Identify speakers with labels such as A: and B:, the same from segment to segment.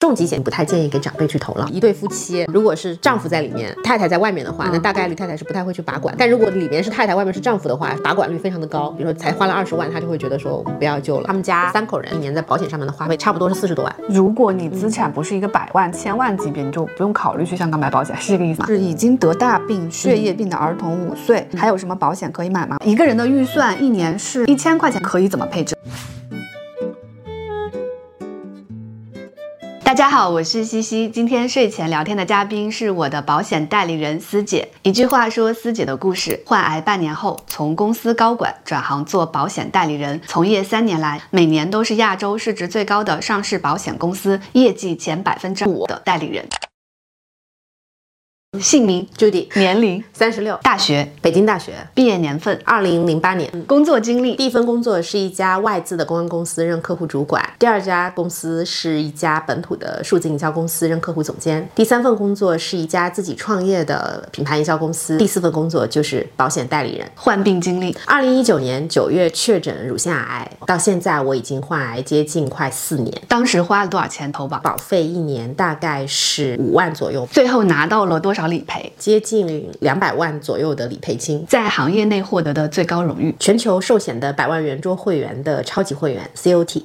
A: 重疾险不太建议给长辈去投了。一对夫妻如果是丈夫在里面，太太在外面的话，那大概率太太是不太会去拔管。但如果里面是太太，外面是丈夫的话，拔管率非常的高。比如说才花了二十万，他就会觉得说不要救了。他们家三口人一年在保险上面的花费差不多是四十多万，
B: 如果你资
C: 嗯
B: 产不是一个百万、千万级别，你就不用考虑去香港买保险，是这个意思吗？嗯
C: 是已经得大病、血液病的儿童五岁，还有什么保险可以买吗？一个人的预算一年是一千块钱，可以怎么配置？大家好，我是西西。今天睡前聊天的嘉宾是我的保险代理人思姐。一句话说思姐的故事：患癌半年后，从公司高管转行做保险代理人，从业三年来，每年都是亚洲市值最高的上市保险公司业绩前百分之五的代理人。姓名：
A: Judy
C: 年龄、
A: 三十六，
C: 大学
A: 北京大学，
C: 毕业年份、
A: 二零零八年。
C: 工作经历。
A: 第一份工作是一家外资的公关公司，任客户主管；第二家公司是一家本土的数字营销公司，任客户总监；第三份工作是一家自己创业的品牌营销公司；第四份工作就是保险代理人。
C: 患病经历，
A: 二零一九年九月确诊乳腺癌，到现在我已经患癌接近快四年，
C: 当时花了多少钱投保，
A: 保费一年大概是五万左右，
C: 最后拿到了多少理赔，
A: 接近两百万左右的理赔金。
C: 在行业内获得的最高荣誉。
A: 全球寿险的百万圆桌会员的超级会员 COT，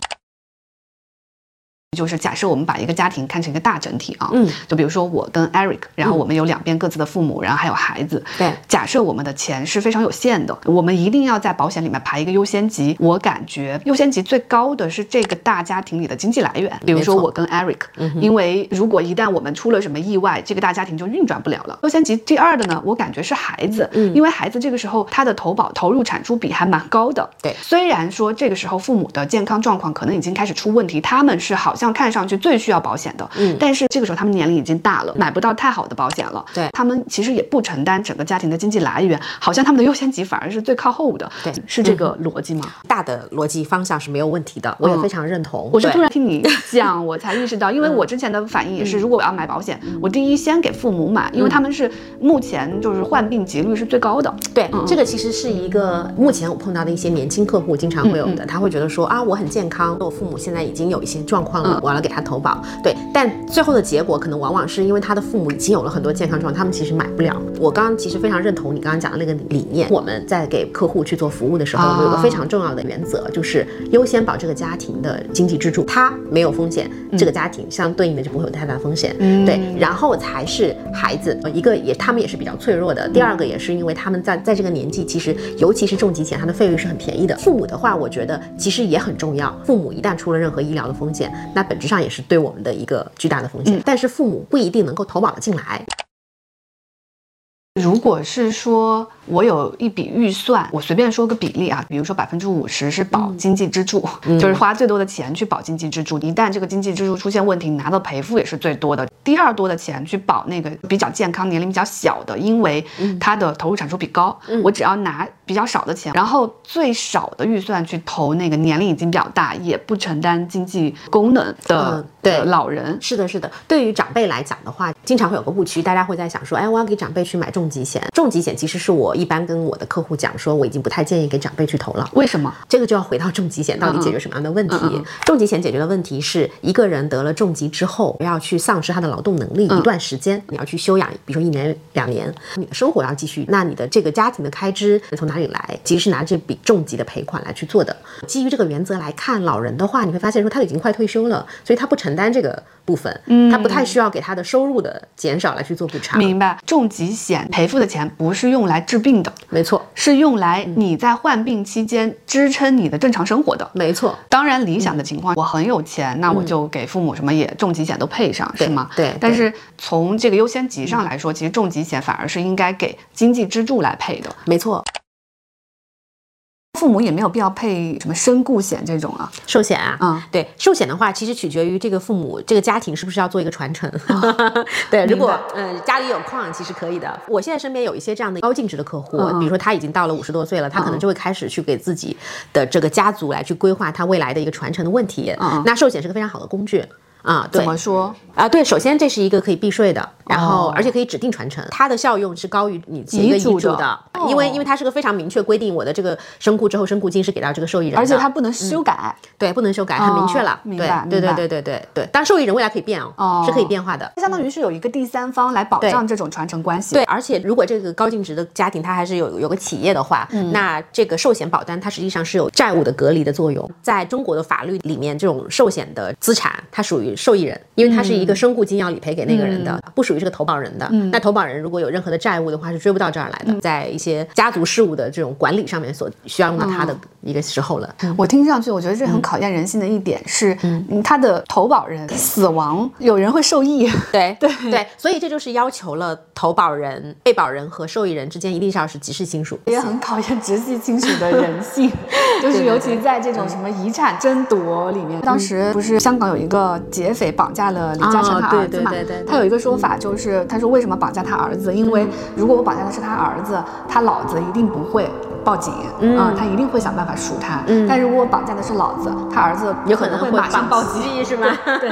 C: 就是假设我们把一个家庭看成一个大整体啊，
A: 嗯，
C: 就比如说我跟 Eric，然后我们有两边各自的父母，然后还有孩子。
A: 对，
C: 假设我们的钱是非常有限的，我们一定要在保险里面排一个优先级。我感觉优先级最高的是这个大家庭里的经济来源，比如说
A: 没错
C: 我跟 Eric，因
A: 嗯
C: 为如果一旦我们出了什么意外，这个大家庭就运转不了了。优先级第二的呢，我感觉是孩子，
A: 嗯
C: 因为孩子这个时候他的投保投入产出比还蛮高的，
A: 对
C: 虽然说这个时候父母的健康状况可能已经开始出问题，他们是好像看上去最需要保险的，
A: 嗯
C: 但是这个时候他们年龄已经大了，买不到太好的保险了，
A: 对
C: 他们其实也不承担整个家庭的经济来源，好像他们的优先级反而是最靠后的，
A: 对嗯
C: 是这个逻辑吗？
A: 大的逻辑方向是没有问题的，我也
C: 嗯
A: 非常认同。
C: 我是突
A: 对
C: 然听你讲，我才意识到，因为我之前的反应也是，如果我要买保险，我第一先给父母买，因为他们是目前就是患病几率是最高的，
A: 对，
C: 嗯
A: 这个其实是一个目前我碰到的一些年轻客户经常会有
C: 嗯
A: 的，他会觉得说啊，我很健康，我父母现在已经有一些状况了
C: 嗯，
A: 我要来给他投保。对，但最后的结果可能往往是因为他的父母已经有了很多健康状况，他们其实买不了。我刚刚其实非常认同你刚刚讲的那个理念，我们在给客户去做服务的时候，我们有个
C: 啊
A: 非常重要的原
C: 嗯
A: 则，就是优先保这个家庭的经济支柱，它没有风险，这个家庭相对应的就不会有太大风险。
C: 嗯
A: 对，然后才是孩子，呃一个也他们也是比较脆弱的，第二个也是因为他们在在这个年纪，其实尤其是重疾险，它的费率是很便宜的。父母的话，我觉得其实也很重要。父母一旦出了任何医疗的风险，那本质上也是对我们的一个巨大的风险。但是父母不一定能够投保得进来。
C: 如果是说我有一笔预算，我随便说个比例啊，比如说百分之五十是保经济支柱，就是花最多的钱去保经济支柱。一旦这个经济支柱出现问题，你拿到赔付也是最多的。第二多的钱去保那个比较健康、年龄比较小的，因为它的投入产出比高。我只要拿比较少的钱，然后最少的预算去投那个年龄已经比较大，也不承担经济功能的、
A: 嗯对
C: 的老人。
A: 是的，是的。对于长辈来讲的话，经常会有个误区，大家会在想说，哎，我要给长辈去买重疾险。重疾险其实是我一般跟我的客户讲说，我已经不太建议给长辈去投了。
C: 为什么？
A: 这个就要回到重疾险到底解决什么样的问题？
C: 嗯嗯嗯
A: 重疾险解决的问题是一个人得了重疾之后，要去丧失他的劳动能力
C: 嗯
A: 一段时间，你要去休养，比如说一年两年，你的生活要继续，那你的这个家庭的开支从哪里来？其实是拿这笔重疾的赔款来去做的。基于这个原则来看，老人的话，你会发现说他已经快退休了，所以他不承担这个部分，他不太需要给他的收入的减少来去做补偿。
C: 嗯明白，重疾险赔付的钱不是用来治病的，
A: 没错，
C: 是用来你在患病期间支撑你的正常生活的。
A: 没错。
C: 当然，理想的情况，我很有钱，那我就给父母什么也重疾险都配上，
A: 对
C: 是吗？
A: 对对
C: 但是从这个优先级上来说，其实重疾险反而是应该给经济支柱来配的。
A: 没错，
C: 父母也没有必要配什么身故险这种啊。
A: 寿险啊，
C: 嗯
A: 对，寿险的话，其实取决于这个父母、这个家庭是不是要做一个传承。 对，如果嗯家里有矿，其实可以的。我现在身边有一些这样的高净值的客户，
C: 嗯嗯嗯
A: 比如说他已经到了五十多岁了，他可能就会开始去给自己的这个家族来去规划他未来的一个传承的问题。
C: 嗯嗯
A: 那寿险是个非常好的工具。啊、对
C: 怎么说？
A: 啊，对，首先这是一个可以避税的，然后、
C: 哦
A: 而且可以指定传承，它的效用是高于你写一个
C: 遗
A: 遗嘱
C: 嘱的哦
A: 的，因为因为它是个非常明确规定，我的这个身故之后身故金是给到这个受益人的，
C: 而且它不能修改。
A: 对不能修改，很明确了，
C: 哦
A: 对
C: 明白
A: 对对
C: 明白
A: 对对对对，当然受益人未来可以变哦，
C: 哦
A: 是可以变化的。
C: 相当于是有一个第三方来保
A: 对
C: 障这种传承关系。
A: 对，，而且如果这个高净值的家庭，它还是有有个企业的话，
C: 嗯
A: 那这个寿险保单它实际上是有债务的隔离的作用。在中国的法律里面，这种寿险的资产它属于受益人，因为它是一
C: 嗯
A: 个身故金要理赔给那个人的，不属于这个投保人的。那投保人如果有任何的债务的话，是追不到这儿来
C: 嗯
A: 的。在一些家族事务的这种管理上面，所需要用
C: 哦
A: 到它的一个时候了。
C: 我听上去，我觉得这很考验人性的一点是，嗯，他的投保人死亡，有人会受益。
A: 对对对，所以这就是要求了投保人、被保人和受益人之间一定是要是及时亲属。
C: 也很考验直系亲属的人 性，就是尤其在这
A: 嗯
C: 种什么遗产争夺里面。当时不是香港有一个劫匪绑架了李嘉诚他
A: 哦对
C: 儿子嘛
A: 对对对对？嗯
C: 他有一个说法就是，他说为什么绑架他儿子？因为如果我绑架的是他儿子，他老子一定不会报警，
A: 嗯
C: 啊，他一定会想办法赎他。但如果我绑架的是老子，他儿子
A: 有可能
C: 会
A: 会
C: 马上
A: 报
C: 报警。
A: 击， 是吗？对。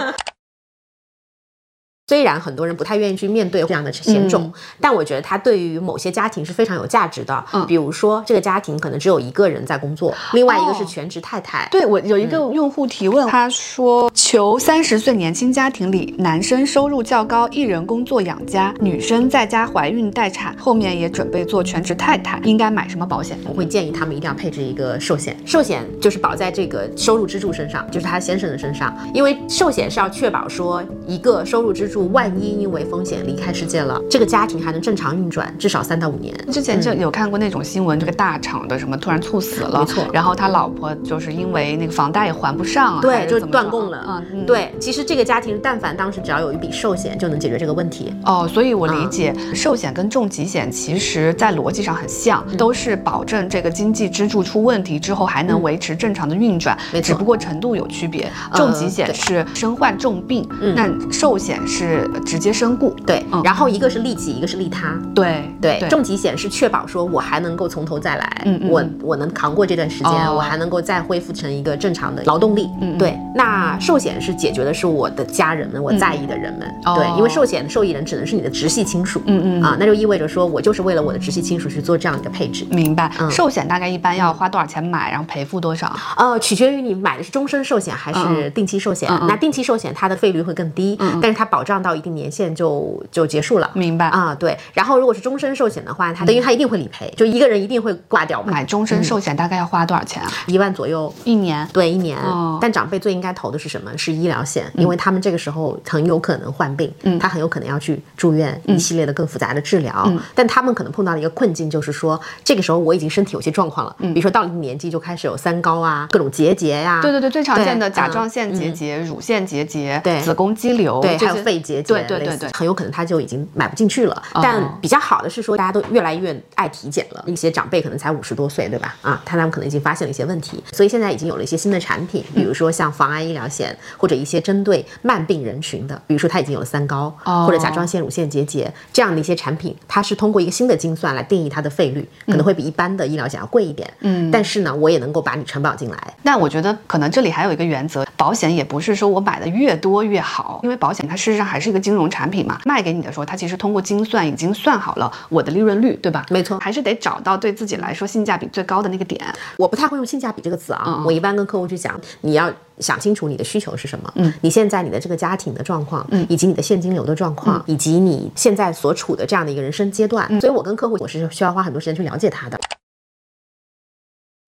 A: 虽然很多人不太愿意去面对这样的
C: 嗯
A: 险种，但我觉得它对于某些家庭是非常有价值的。
C: 嗯
A: 比如说这个家庭可能只有一个人在工作，另外一
C: 哦
A: 个是全职太太。
C: 对我有一个
A: 嗯
C: 用户提问，他说：“求三十岁年轻家庭里，男生收入较高，一人工作养家，女生在家怀孕待产，后面也准备做全职太太，应该买什么保险
A: 我会建议他们一定要配置一个寿险，寿险就是保在这个收入支柱身上，就是他先生的身上，因为寿险是要确保说一个收入支柱万一因为风险离开世界了，这个家庭还能正常运转至少三到五年。？”
C: 之前就有看过那种新闻，这个大厂的什么突然猝死了，
A: 嗯没错
C: 然后他老婆就是因为那个房贷也还不上啊，还
A: 对，
C: 是
A: 就是
C: 怎么
A: 断
C: 着
A: 供了。
C: 嗯，嗯。
A: 对，其实这个家庭但凡当时只要有一笔寿险，就能解决这个问题。
C: 哦，所以我理
A: 嗯
C: 解，寿险跟重疾险其实在逻辑上很像，
A: 嗯
C: 都是保证这个经济支柱出问题之后还能维持正常的运转，
A: 嗯没
C: 只
A: 错呃
C: 不过程度有区别。重疾险
A: 对嗯
C: 是身患重病，那寿险是直接身故。
A: 对，
C: 嗯
A: 然后一个是利己，一个是利他。
C: 对
A: 对，
C: 对，
A: 重疾险是确保说我还能够从头再来，
C: 嗯嗯
A: 我我能扛过这段时间，
C: 哦嗯
A: 我还能够再恢复成一个正常的劳动力。对，那寿险是解决的是我的家人们，我在意的人们。
C: 嗯哦
A: 对，因为寿险受益人只能是你的直系亲属。
C: 嗯嗯
A: 啊，那就意味着说我就是为了我的直系亲属去做这样一个配置。
C: 明白。
A: 嗯
C: 寿险大概一般要花多少钱买，然后赔付多少？
A: 呃，取决于你买的是终身寿险还是定期寿险。
C: 嗯嗯嗯
A: 那定期寿险它的费率会更低，但是它保障到一定年限就就结束了。
C: 明白。嗯
A: 啊、对。然后如果是终身寿险的话，它等于它一定会理赔，就一个人一定会挂掉嘛，
C: 买终身寿险大概要花多少钱啊？
A: 一万左右。
C: 嗯一年。
A: 对，一年。
C: 哦嗯
A: 但长辈最应该投的是什么？是医疗险，因为他们这个时候很有可能患病，他很有可能要去住院，
C: 嗯
A: 一系列的更复杂的治疗。但他们可能碰到的一个困境就是说，这个时候我已经身体有些状况了，比如说到了一定年纪就开始有三高啊，各种结节呀、
C: 嗯对对对，最常见的
A: 对
C: 甲
A: 嗯
C: 状腺结节、乳腺结节、
A: 对
C: 子宫肌瘤，
A: 对，
C: 这
A: 还有
C: 些
A: 肺结节，
C: 对对
A: 类
C: 对
A: 似
C: 对哦
A: 很有可能他就已经买不进去了。但比较好的是说，大家都越来越爱体检了，一些长辈可能才五十多岁，对吧？啊，他他们可能已经发现了一些问题，所以现在已经有了一些新的产品，比如说像防癌医疗险，或者一些针对慢病人群的，比如说他已经有了三高、
C: 哦
A: 或者甲状腺、乳腺结节这样的一些产品，它是通过一个新的精算来定义它的费率，可
C: 嗯
A: 能会比一般的医疗险要贵一点。嗯，但是呢，我也能够把你承保进来。
C: 但我觉得可能这里还有一个原则，保险也不是说我买的越多越好，因为保险它事实上还是一个金融产品嘛，卖给你的时候，它其实通过精算已经算好了我的利润率，对吧？
A: 没错
C: 还是得找到对自己来说性价比最高的那个点。
A: 我不太会用性价比这个词啊，
C: 嗯嗯
A: 我一般跟客户去讲，你要想清楚你的需求是什么，嗯，你现在你的这个家庭的状况，嗯，以嗯及你的现金流的状况，以及你现在所处的这样的一个人生阶段，所以我跟客户我是需要花很多时间去了解他的。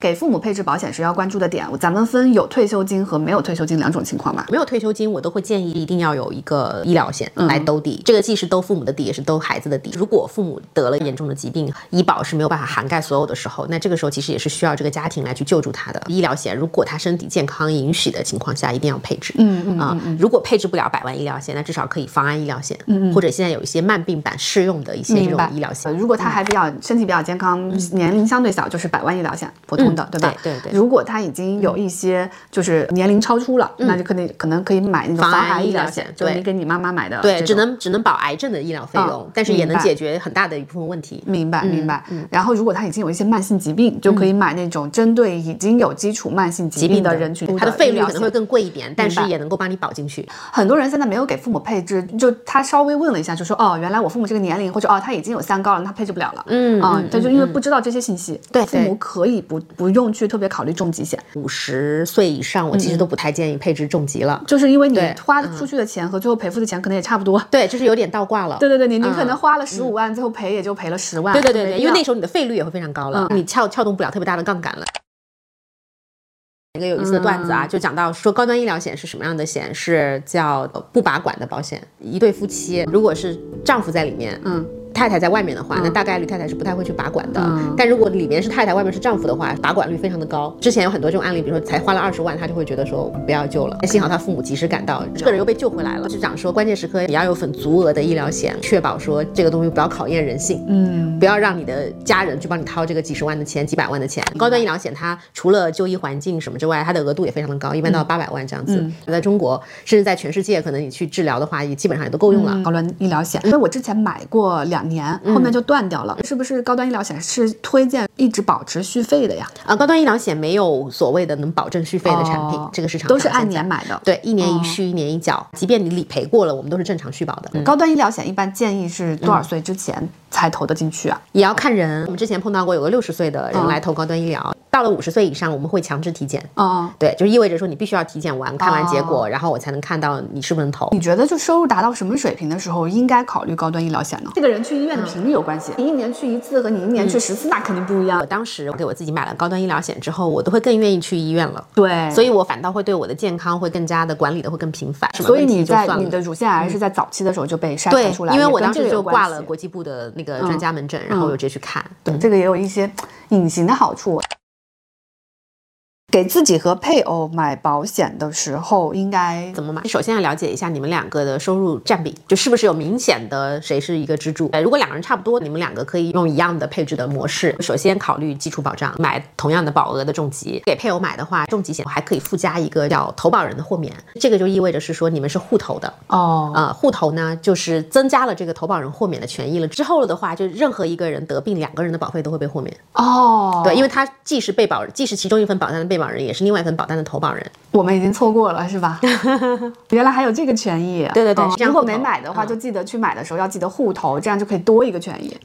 C: 给父母配置保险时要关注的点，咱们分有退休金和没有退休金两种情况吧。
A: 没有退休金，我都会建议一定要有一个医疗险来兜底，这个既是兜父母的底，也是兜孩子的底。如果父母得了严重的疾病，医保是没有办法涵盖所有的时候，那这个时候其实也是需要这个家庭来去救助他的。医疗险如果他身体健康允许的情况下，一定要配置。嗯嗯啊、如果配置不了百万医疗险，那至少可以防癌医疗险，嗯或者现在有一些慢病版适用的一些这
C: 明
A: 种
C: 白
A: 医疗险嗯
C: 呃。如果他还比较身体比较健康，年龄相对小，就是百万医疗险，普通的，对吧？
A: 嗯对对对
C: 如果他已经有一些就是年龄超出了，那就可能可能可以买那种
A: 嗯防
C: 防
A: 癌
C: 癌
A: 医
C: 医
A: 疗
C: 疗
A: 险
C: 险，就是
A: 对
C: 你给你妈妈买的这
A: 对，
C: 种，
A: 只能只能保癌症的医疗费用，
C: 嗯
A: 但是也
C: 明
A: 能
C: 白
A: 解决很大的一部分问题。
C: 明白
A: 嗯
C: 明白、然后，如果他已经有一些慢性疾病，就可以买那种针对已经有基础慢性疾
A: 疾病
C: 病的人群，
A: 它的费率可能会更
C: 更。
A: 贵一点，但是
C: 明白
A: 也能够帮你保进去。
C: 很多人现在没有给父母配置，就他稍微问了一下，就说哦，原来我父母这个年龄，或者哦他已经有三高了，那他配置不了了。
A: 嗯
C: 啊，他就因为不知道这些信息，
A: 对
C: 父母可以不不用去特别考虑重疾险，
A: 五十岁以上，我其实都不太建议配置重疾了。
C: 就是因为你
A: 对
C: 花出去的钱和最后赔付的钱可能也差不多。
A: 对，就是有点倒挂了。 啊
C: 对对对，你你可能花了十五万，最后赔也就赔了十万。
A: 对对对对，因为那
C: 时
A: 时候你的费率也会非常高了，嗯你撬撬动不了特别大的杠杆了。一个有意思的段子啊，就讲到说高端医疗险是什么样的险，是叫呃不拔管的保险。一对夫妻如果是丈夫在里面，
C: 嗯，
A: 太太在外面的话，那大概率太太是不太会去拔管的。
C: 嗯
A: 但如果里面是太太，外面是丈夫的话，拔管率非常的高。之前有很多这种案例，比如说才花了二十万，他就会觉得说不要救了。
C: 嗯
A: 幸好他父母及时赶到，这个人又被救回来了。就讲说关键时刻也要有份足额的医疗险，确保说这个东西不要考验人性。
C: 嗯，
A: 不要让你的家人去帮你掏这个几十万的钱、几百万的钱。
C: 嗯
A: 高端医疗险它除了就医环境什么之外，它的额度也非常的高，一般到八百万这样
C: 嗯
A: 子。在中国，甚至在全世界，可能你去治疗的话，也基本上也都够用了。
C: 高端医疗险，因为我之前买过两年，后
A: 嗯
C: 面就断掉了。是不是高端医疗险是推荐一直保持续费的呀？
A: 啊，高端医疗险没有所谓的能保证续费的产品，
C: 哦
A: 这个市场
C: 都是按
A: 现在
C: 年。哦买的。
A: 对，一年一续，一年一缴。即便你理赔过了，我们都是正常续保的。嗯
C: 高端医疗险一般建议是多少岁之前才投得进去啊？
A: 也要看人。我们之前碰到过有个六十岁的人来投高端医疗，到了五十岁以上，我们会强制体检。
C: 哦，
A: 对，就意味着说你必须要体检完，看完结果，然后我才能看到你是不是能投。
C: 你觉得就收入达到什么水平的时候应该考虑高端医疗险呢？嗯这个人去医院的频率有关系，你一年去一次和你一年去十次那肯定不一样
A: 我。呃当时给我自己买了高端医疗险之后，我都会更愿意去医院了，
C: 对，
A: 所
C: 以
A: 以我反倒会对我的健康会更加的管理的会更频繁。什么
C: 所以
A: 问题
C: 你
A: 就
C: 在
A: 算
C: 你
A: 了
C: 的乳腺癌是在早期的时候就被筛查
A: 对
C: 出来，，
A: 因为
C: 也
A: 我
C: 跟
A: 当
C: 这个
A: 时就
C: 有关
A: 挂
C: 系嗯
A: 了国际部的那个专家门诊，然后我就直接去看。
C: 对，这个也有一些隐形的好处。给自己和配偶买保险的时候，应该
A: 怎么买？首先要了解一下你们两个的收入占比，就是不是有明显的谁是一个支柱。呃如果两个人差不多，你们两个可以用一样的配置的模式。首先考虑基础保障，买同样的保额的重疾。给配偶买的话，重疾险还可以附加一个叫投保人的豁免，这个就意味着是说你们是互投的。
C: 哦，
A: 呃，户头呢，就是增加了这个投保人豁免的权益了。之后了的话，就任何一个人得病，两个人的保费都会被豁免。
C: 哦，
A: 对，因为他既是被保，既是其中一份保单的被保人，也是另外一份保单的投保人。
C: 我们已经错过了，是 吧？原来还有这个权益。
A: 对对对
C: 嗯
A: 是这样
C: 如果
A: 户头
C: 没买的话，
A: 嗯
C: 就记得去买的时候要记得户头，这样就可以多一个权益。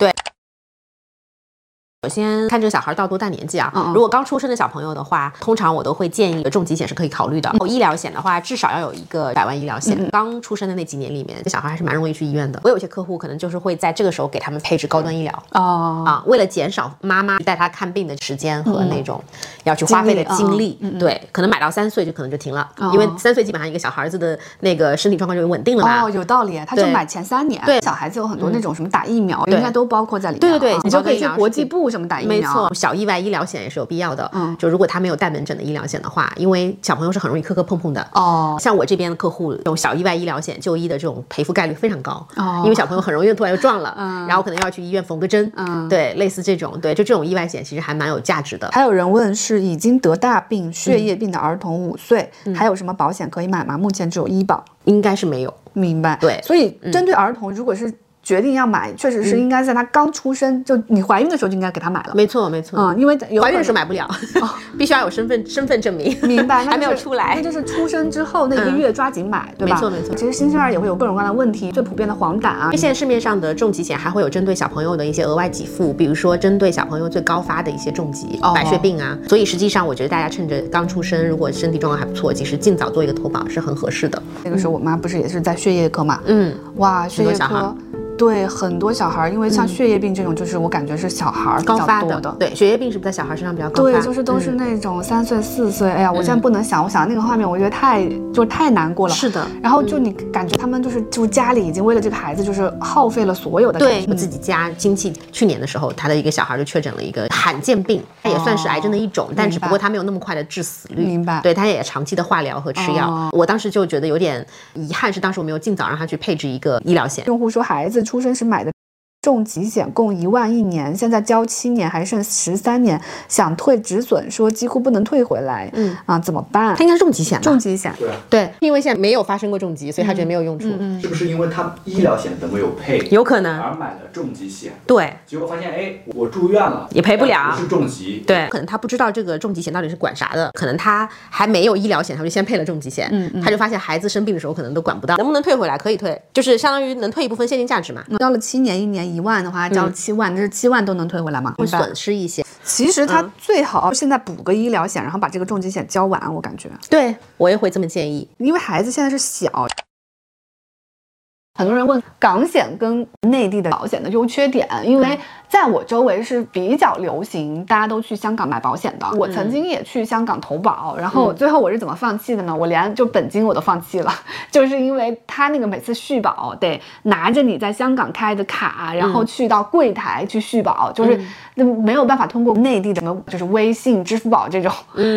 A: 首先看这个小孩到多大年纪啊？
C: 嗯嗯
A: 如果刚出生的小朋友的话，通常我都会建议重疾险是可以考
C: 嗯
A: 虑的。哦医疗险的话，至少要有一个百万医疗险。刚出生的那几年里面，这小孩还是蛮容易去医院的。我有一些客户可能就是会在这个时候给他们配置高端医疗。
C: 哦，
A: 啊，为了减少妈妈带他看病的时间和那种要去花费的精
C: 嗯精
A: 力
C: 力，嗯
A: 对，可能买到三岁就可能就停了，
C: 哦
A: 因为三岁基本上一个小孩子的那个身体状况就稳定了嘛。
C: 哦，有道理，他就
A: 对
C: 买前三年。
A: 对嗯
C: 小孩子有很多那种什么打疫苗，
A: 对
C: 应该都包括在里面。
A: 对对对
C: 嗯你就可以去
A: 包括疫苗
C: 国际部什么打疫苗。
A: 没错，小意外医疗险也是有必要的。
C: 嗯
A: 就如果他没有带门诊的医疗险的话，因为小朋友是很容易磕磕碰碰的。
C: 哦，
A: 像我这边的客户，这种小意外医疗险就医的这种赔付概率非常高，
C: 哦
A: 因为小朋友很容易突然就撞了，
C: 嗯
A: 然后可能要去医院缝个针，
C: 嗯
A: 对，类似这种，对，就这种意外险其实还蛮有价值的。
C: 还有人问是已经得大病、血液病的儿童五岁，
A: 嗯
C: 还有什么保险可以买吗？目前只有医保。
A: 应该是没有，
C: 明白。
A: 对嗯
C: 所以针对儿童，如果是决定要买，确实是应该在他刚出生，就你怀孕的时候就应该给他买了。
A: 没错没错，
C: 嗯，因为有
A: 怀孕
C: 可
A: 的时候
C: 能
A: 买不了， 必须要有身份身份证明。
C: 明 白，那
A: 还没有
C: 就是
A: 出来嗯
C: 那就是出生之后那一个月抓紧买，对吧？
A: 没错没错嗯
C: 其实新生儿也会有各种各样的问题，最普遍的黄疸啊
A: 因为。现在市面上的重疾险还会有针对小朋友的一些额外给付，比如说针对小朋友最高发的一些重疾，
C: 哦
A: 白血病啊。所以实际上，我觉得大家趁着刚出生，如果身体状况还不错，其实尽早做一个投保是很合适的。
C: 那个时候我妈不是也是在血液科嘛，
A: 嗯，
C: 哇，血
A: 多
C: 液
A: 小孩儿
C: 科。对很多小孩儿，因为像血液病这种，就是我感觉是小孩儿比
A: 高
C: 较
A: 发
C: 多
A: 的，对，血液病是不是在小孩身上比较高发？嗯
C: 对，就是都是那种三岁、四岁。哎呀，我现在不能想，我想那个画面，我觉得太就太难过了。
A: 是的
C: 然后就你感觉他们就是就家里已经为了这个孩子就是耗费了所有的
A: 对我
C: 感
A: 自
C: 觉
A: 己家亲戚去年的时候，他的一个小孩就确诊了一个罕见病，他也算是癌症的一种，但只不过他没有那么快的致死率。
C: 哦明白
A: 对，他也长期的化疗和吃药。
C: 哦
A: 我当时就觉得有点遗憾，是当时我没有尽早让他去配置一个医疗险。
C: 用户说孩子出生时买的重疾险共一万一年，现在交七年，还剩十三年，想退止损，说几乎不能退回来，嗯啊，怎么办
A: 它？应该是重疾险吧？
C: 重疾嗯险
D: 对啊，
A: 对，因为现在没有发生过重疾，所以他觉得没有用处，
D: 是不是因为他医疗险都没有配，
A: 嗯有可能
D: 而买了重疾险，
A: 对。
D: 结果发现哎，我住院了
A: 也赔不了
D: 但不是重疾，
A: 对，可能他不知道这个重疾险到底是管啥的，可能他还没有医疗险，他就先配了重疾险，
C: 嗯
A: 他就发现孩子生病的时候可能都管不到，能不能退回来？可以退，就是相当于能退一部分现金价值嘛，
C: 交了七年，一年一万的话，交了七万，这是七万都能退回来吗？
A: 嗯会
C: 明白
A: 损失一些。嗯
C: 其实他最好现在补个医疗险，然后把这个重疾险交完，我感觉，
A: 对我也会这么建议。
C: 因为孩子现在是小。很多人问港险跟内地的保险的优缺点，因为
A: 嗯
C: 在我周围是比较流行，大家都去香港买保险的。
A: 嗯
C: 我曾经也去香港投保，然后最后我是怎么放弃的呢？我连就本金我都放弃了， 就是因为他那个每次续保得拿着你在香港开的
A: 嗯
C: 卡，然后去到柜台去续保，就是那没有办法通过内地的什么就是微信、支付宝这种，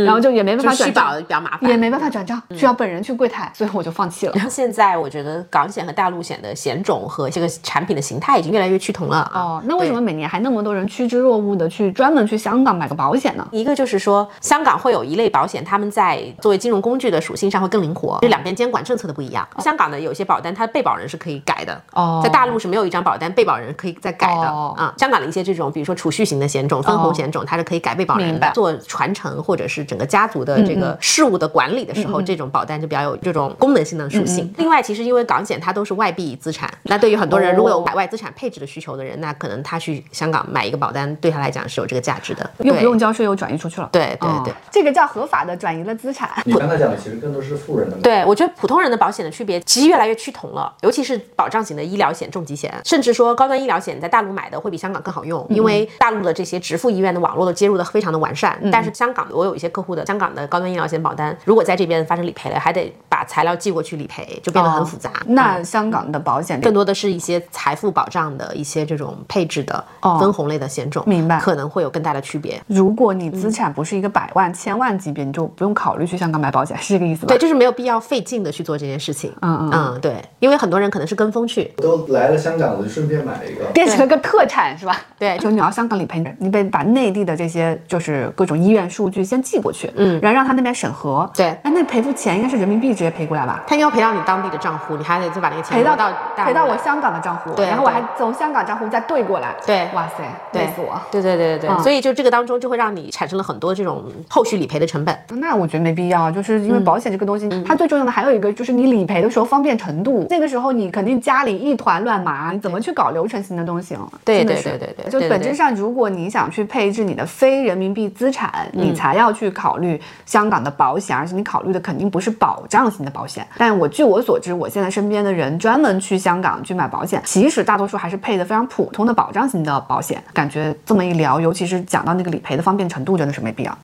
C: 然后就也没办
A: 嗯就
C: 法
A: 续
C: 转账
A: 保比较麻
C: 也
A: 烦。嗯
C: 没办法转账，需要本人去柜台，所以我就放弃了。
A: 现在我觉得港险和大陆险的险种和这个产品的形态已经越来越趋同了 啊。
C: 哦，那为什么每年还那么多人趋之若鹜的去专门去香港买个保险呢？
A: 一个就是说，香港会有一类保险，他们在作为金融工具的属性上会更灵活，就两边监管政策的不一样。香港的有些保单，它的被保人是可以改的，
C: 哦
A: 在大陆是没有一张保单被保人可以再改的
C: 哦
A: 啊、香港的一些这种，比如说储蓄型的险种、分红险种，它是可以改被保人
C: 明
A: 的
C: 白。嗯
A: 做传承或者是整个家族的这个事务的管理的时候，这种保单就比较有这种功能性的属
C: 嗯
A: 性。另外，其实因为港险它都是外币资产，那对于很多人
C: 哦
A: 如果有海外资产配置的需求的人，那可能他去香港买一个保单，对他来讲是有这个价值的，
C: 又不
A: 对
C: 用交税，又转移出去了。
A: 对对
C: 哦
A: 对，
C: 这个叫合法的转移了资产。
D: 你刚才讲的其实更多是富人的嘛，
A: 对，我觉得普通人的保险的区别其实越来越趋同了，尤其是保障型的医疗险、重疾险，甚至说高端医疗险在大陆买的会比香港更好用，因
C: 嗯
A: 为大陆的这些直付医院的网络的接入的非常的完善。但是香港，我有一些客户的香港的高端医疗险保单，如果在这边发生理赔了，还得把材料寄过去理赔，就变得很复杂。
C: 哦
A: 嗯
C: 那香港的保险
A: 更多的是一些财富保障的一些这种配置的
C: 哦
A: 分红类的险种，
C: 明白嗯
A: 可能会有更大的区别。
C: 如果你资产不是一个百万、千万级别，你就不用考虑去香港买保险，是这个意思吧？
A: 对，就是没有必要费劲的去做这件事情。
C: 嗯嗯
A: 嗯，对，因为很多人可能是跟风去，
D: 我都来了香港，我就顺便买一个。
C: 变成了个特产是吧？
A: 对
C: 就你要香港理赔，你得把内地的这些就是各种医院数据先寄过去，嗯，然后让他那边审核。
A: 对
C: 哎，那赔付钱应该是人民币直接赔过来吧？
A: 他应该要赔到你当地的账户，你还得再把那个钱
C: 赔到
A: 挪到大
C: 赔到
A: 陆
C: 我香港的账户，
A: 对
C: 然后我
A: 对
C: 还从香港账户再兑过来。
A: 对
C: 哇塞，
A: 对
C: 累死我！
A: 对对对对对，
C: 嗯
A: 所以就这个当中就会让你产生了很多这种后续理赔的成本。
C: 那我觉得没必要，啊就是因为
A: 嗯
C: 保险这个东西，它最重要的还有一个就是你理赔的时候方便程度。那个时候你肯定家里一团乱麻，你怎么去搞流程型的东西啊？
A: 对
C: 真的
A: 对
C: 是
A: 对对对
C: 就
A: 对对
C: 本
A: 对
C: 质上，如果你想去配置你的非人民币资产，
A: 嗯
C: 你才要去考虑香港的保险，而且你考虑的肯定不是保障型的保险。但我据我所知，我现在身边的人专门去香港去买保险，其实大多数还是配的非常普通的保障型的保险。感觉这么一聊，尤其是讲到那个理赔的方便程度，真的是没必要。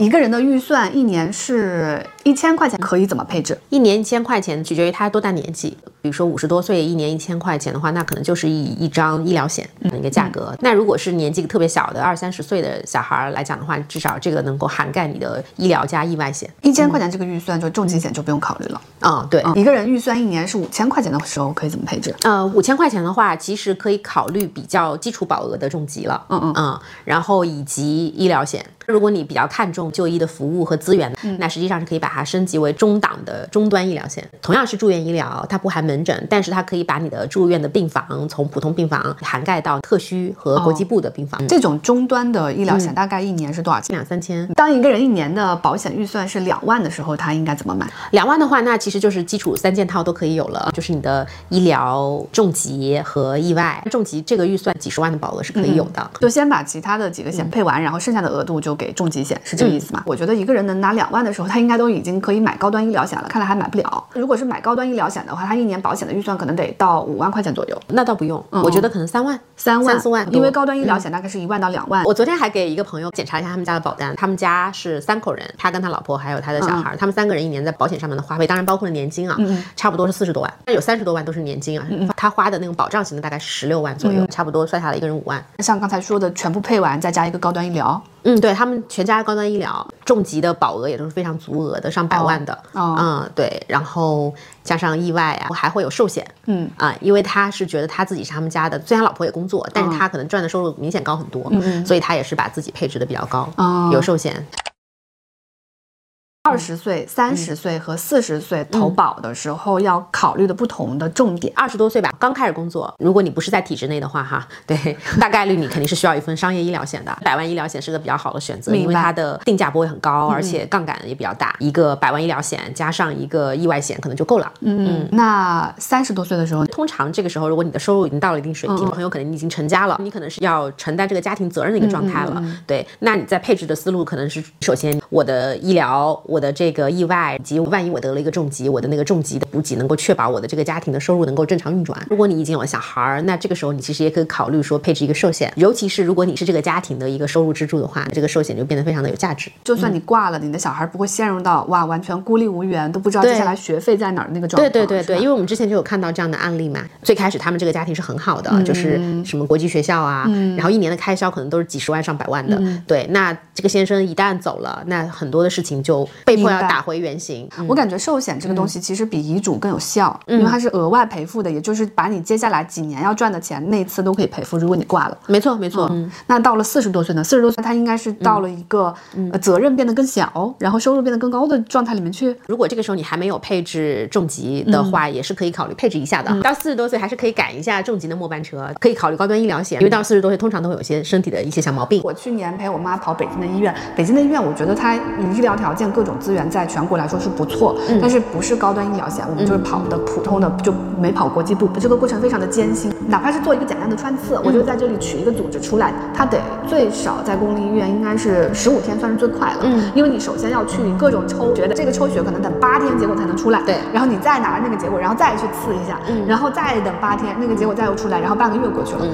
C: 一个人的预算一年是一千块钱，可以怎么配置？
A: 一年一千块钱取决于他多大年纪，比如说五十多岁，一年一千块钱的话，那可能就是一一张医疗险的一个价格。那如果是年纪特别小的二三十岁的小孩儿来讲的话，至少这个能够涵盖你的医疗加意外险。
C: 一千块钱这个预算就重疾险就不用考虑了。
A: 嗯，对，
C: 一个人预算一年是五千块钱的时候，可以怎么配置？
A: 呃，五千块钱的话，其实可以考虑比较基础保额的重疾了，
C: 嗯嗯
A: 然后以及医疗险。如果你比较看重就医的服务和资源，那实际上是可以把它升级为中档的终端医疗险。同样是住院医疗，它不含门诊，但是它可以把你的住院的病房从普通病房涵盖到特需和国际部的病房，
C: 这种终端的医疗险大概一年是多少钱？
A: 两三千。
C: 当一个人一年的保险预算是两万的时候，他应该怎么买？
A: 两万的话，那其实就是基础三件套都可以有了，就是你的医疗、重疾和意外。重疾这个预算几十万的保额是可以有的。
C: 就先把其他的几个险配完，然后剩下的额度就给重疾险，是这个意思吗？我觉得一个人能拿两万的时候，他应该都已经可以买高端医疗险了，看来还买不了。如果是买高端医疗险的话，他一年保险的预算可能得到五万块钱左右，
A: 那倒不用，我觉得可能三万、
C: 三万
A: 三四万，嗯
C: 因为。高端医疗险大概是一万到两万。
A: 我昨天还给一个朋友检查一下他们家的保单，他们家是三口人，他跟他老婆还有他的小
B: 嗯
A: 孩，他们三个人一年在保险上面的花费，当然包括了年金啊，差不多是四十多万，那有三十多万都是年金啊，
B: 嗯
A: 他花的那种保障型的大概是十六万左右，差不多算下来一个人五万。
C: 像刚才说的，全部配完再加一个高端医疗，
A: 嗯，对他们全家高端医疗，重疾的保额也都是非常足额的，上百万的。
B: 哦
A: 嗯，对，然后加上意外啊，还会有寿险。
B: 嗯
A: 啊、因为他是觉得他自己是他们家的，虽然老婆也工作，但
B: 哦
A: 是他可能赚的收入明显高很多，
C: 嗯
A: 所以他也是把自己配置的比较高，
B: 嗯哦
A: 嗯有寿险。
C: 二十岁、三
A: 嗯
C: 十岁和四十岁投保的时候要考虑的不同的重点。
A: 二十多岁吧，刚开始工作，如果你不是在体制内的话，哈，对，大概率你肯定是需要一份商业医疗险的。百万医疗险是个比较好的选择，
C: 明白嗯
A: 因为它的定价不会很高，而且杠杆也比较大。一个百万医疗险加上一个意外险可能就够了。
C: 嗯，那三十多岁的时候，
A: 通常这个时候，如果你的收入已经到了一定水平，很有可能你已经成家了，你可能是要承担这个家庭责任的一个状态了。对，那你在配置的思路可能是：首先，我的医疗、我的这个意外，以及万一我得了一个重疾，我的那个重疾的补给能够确保我的这个家庭的收入能够正常运转。如果你已经有了小孩儿，那这个时候你其实也可以考虑说配置一个寿险，尤其是如果你是这个家庭的一个收入支柱的话，这个寿险就变得非常的有价值。
C: 就算你挂了，你的小孩不会陷入到哇完全孤立无援，都不知道
A: 对
C: 接下来学费在哪儿那个状
A: 对
C: 况。
A: 对对
C: 是吧
A: 对，因为我们之前就有看到这样的案例嘛。最开始他们这个家庭是很好的，就是
C: 嗯
A: 什么国际学校啊，然后一年的开销可能都是几十万上百万的。
C: 嗯
A: 对，那这个先生一旦走了，那很多的事情就被迫要
C: 明白
A: 打回原形。嗯
C: 我感觉寿险这个东西其实比遗嘱更有效，因为它是额外赔付的，也就是把你接下来几年要赚的钱那一次都可以赔付，如果你挂了。嗯
A: 没错没错，嗯
C: 那到了四十多岁呢？四十多岁他应该是到了一个、呃责任变得更小，然后收入变得更高的状态里面去。
A: 如果这个时候你还没有配置重疾的
C: 嗯
A: 话，也是可以考虑配置一下的。到四十多岁还是可以赶一下重疾的末班车，可以考虑高端医疗险，因为到四十多岁通常都会有一些身体的一些小毛病。
C: 我去年陪我妈跑北京的医院，北京的医院我觉得它以医疗条件各种资源在全国来说是不错，但是不是高端医疗险，我们就是跑的普通的，就没跑国际部。这个过程非常的艰辛，哪怕是做一个简单的穿刺，我就在这里取一个组织出来，它得最少在公立医院应该是十五天算是最快了，
A: 嗯
C: 因为你首先要去各种抽，觉得这个抽血可能等八天结果才能出来，
A: 对嗯
C: 然后你再拿那个结果，然后再去刺一下，然后再等八天，那个结果再又出来，然后半个月过去了，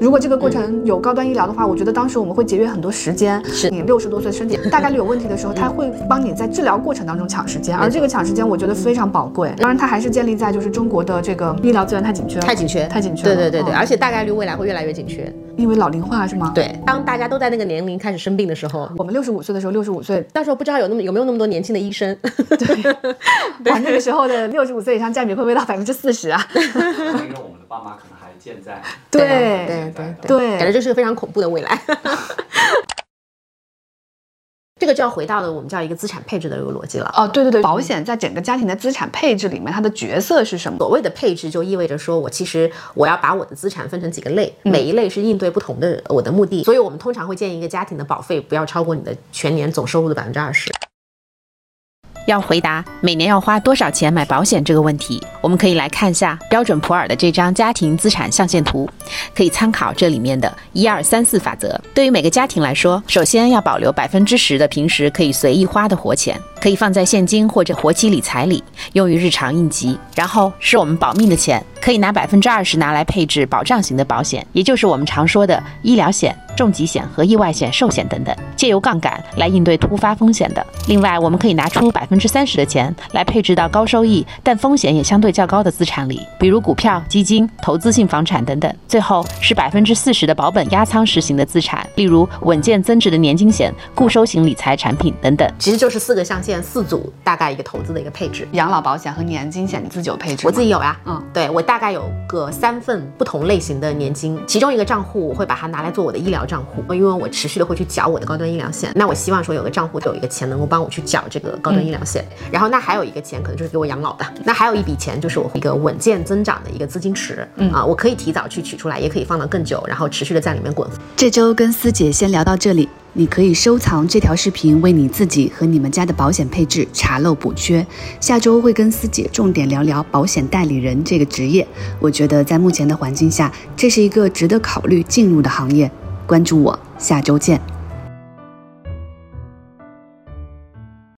C: 如果这个
A: 嗯
C: 过程有高端医疗的话，我觉得当时我们会节约很多时间。
A: 是
C: 你六十多岁身体大概率有问题的 时候，他会帮你在治疗过程当中抢时间，而这个抢时间我觉得非常宝贵。当然，它还是建立在就是中国的这个医疗资源太紧缺了，
A: 太紧缺，
C: 太紧缺
A: 对
C: 了。
A: 对对对，
C: 嗯
A: 而且大概率未来会越来越紧缺。
C: 因为老龄化是吗？。
A: 对，当大家都在那个年龄开始生病的时候，
C: 我们六十五岁的时候，六十五岁，
A: 到时候不知道有那么有没有那么多年轻的医生。
C: 哇，那个时候的六十五岁以上占比会不会到百分之四十啊？
D: 那个我们的爸妈可能还健在。
A: 对
C: 对
A: 对对
C: 对
A: 感觉这是个非常恐怖的未来。 这个就要回到了我们叫一个资产配置的这个逻辑了。
B: 哦，对对对，
C: 保险在整个家庭的资产配置里面，它的角色是什么？
A: 所谓的配置，就意味着说我其实我要把我的资产分成几个类，每一类是应对不同的我的目的。所以我们通常会建议一个家庭的保费不要超过你的全年总收入的百分之二十。
E: 要回答每年要花多少钱买保险这个问题，我们可以来看一下标准普尔的这张家庭资产象限图，可以参考这里面的一二三四法则。对于每个家庭来说，首先要保留百分之十的平时可以随意花的活钱，可以放在现金或者活期理财里，用于日常应急。然后是我们保命的钱，可以拿百分之二十拿来配置保障型的保险，也就是我们常说的医疗险、重疾险和意外险、寿险等等，借由杠杆来应对突发风险的。另外，我们可以拿出百分之三十的钱来配置到高收益但风险也相对较高的资产里，比如股票、基金、投资性房产等等。最后是百分之四十的保本压仓实行的资产，例如稳健增值的年金险、固收型理财产品等等。
A: 其实就是四个象限四组，大概一个投资的一个配置。
B: 养老保险和年金险你自己有配置吗？
A: 我自己有呀、
B: 嗯
A: 对我大概有个三份不同类型的年金，其中一个账户我会把它拿来做我的医疗账户，因为我持续的会去缴我的高端医疗险，那我希望说有个账户有一个钱能够帮我去缴这个高
B: 嗯
A: 端医疗险，然后那还有一个钱可能就是给我养老的，那还有一笔钱就是我一个稳健增长的一个资金池，嗯啊，我可以提早去取出来，也可以放到更久，然后持续的在里面滚
F: 这周跟思姐先聊到这里，你可以收藏这条视频，为你自己和你们家的保险配置查漏补缺。下周会跟思姐重点聊聊保险代理人这个职业，我觉得在目前的环境下，这是一个值得考虑进入的行业。关注我，下周见。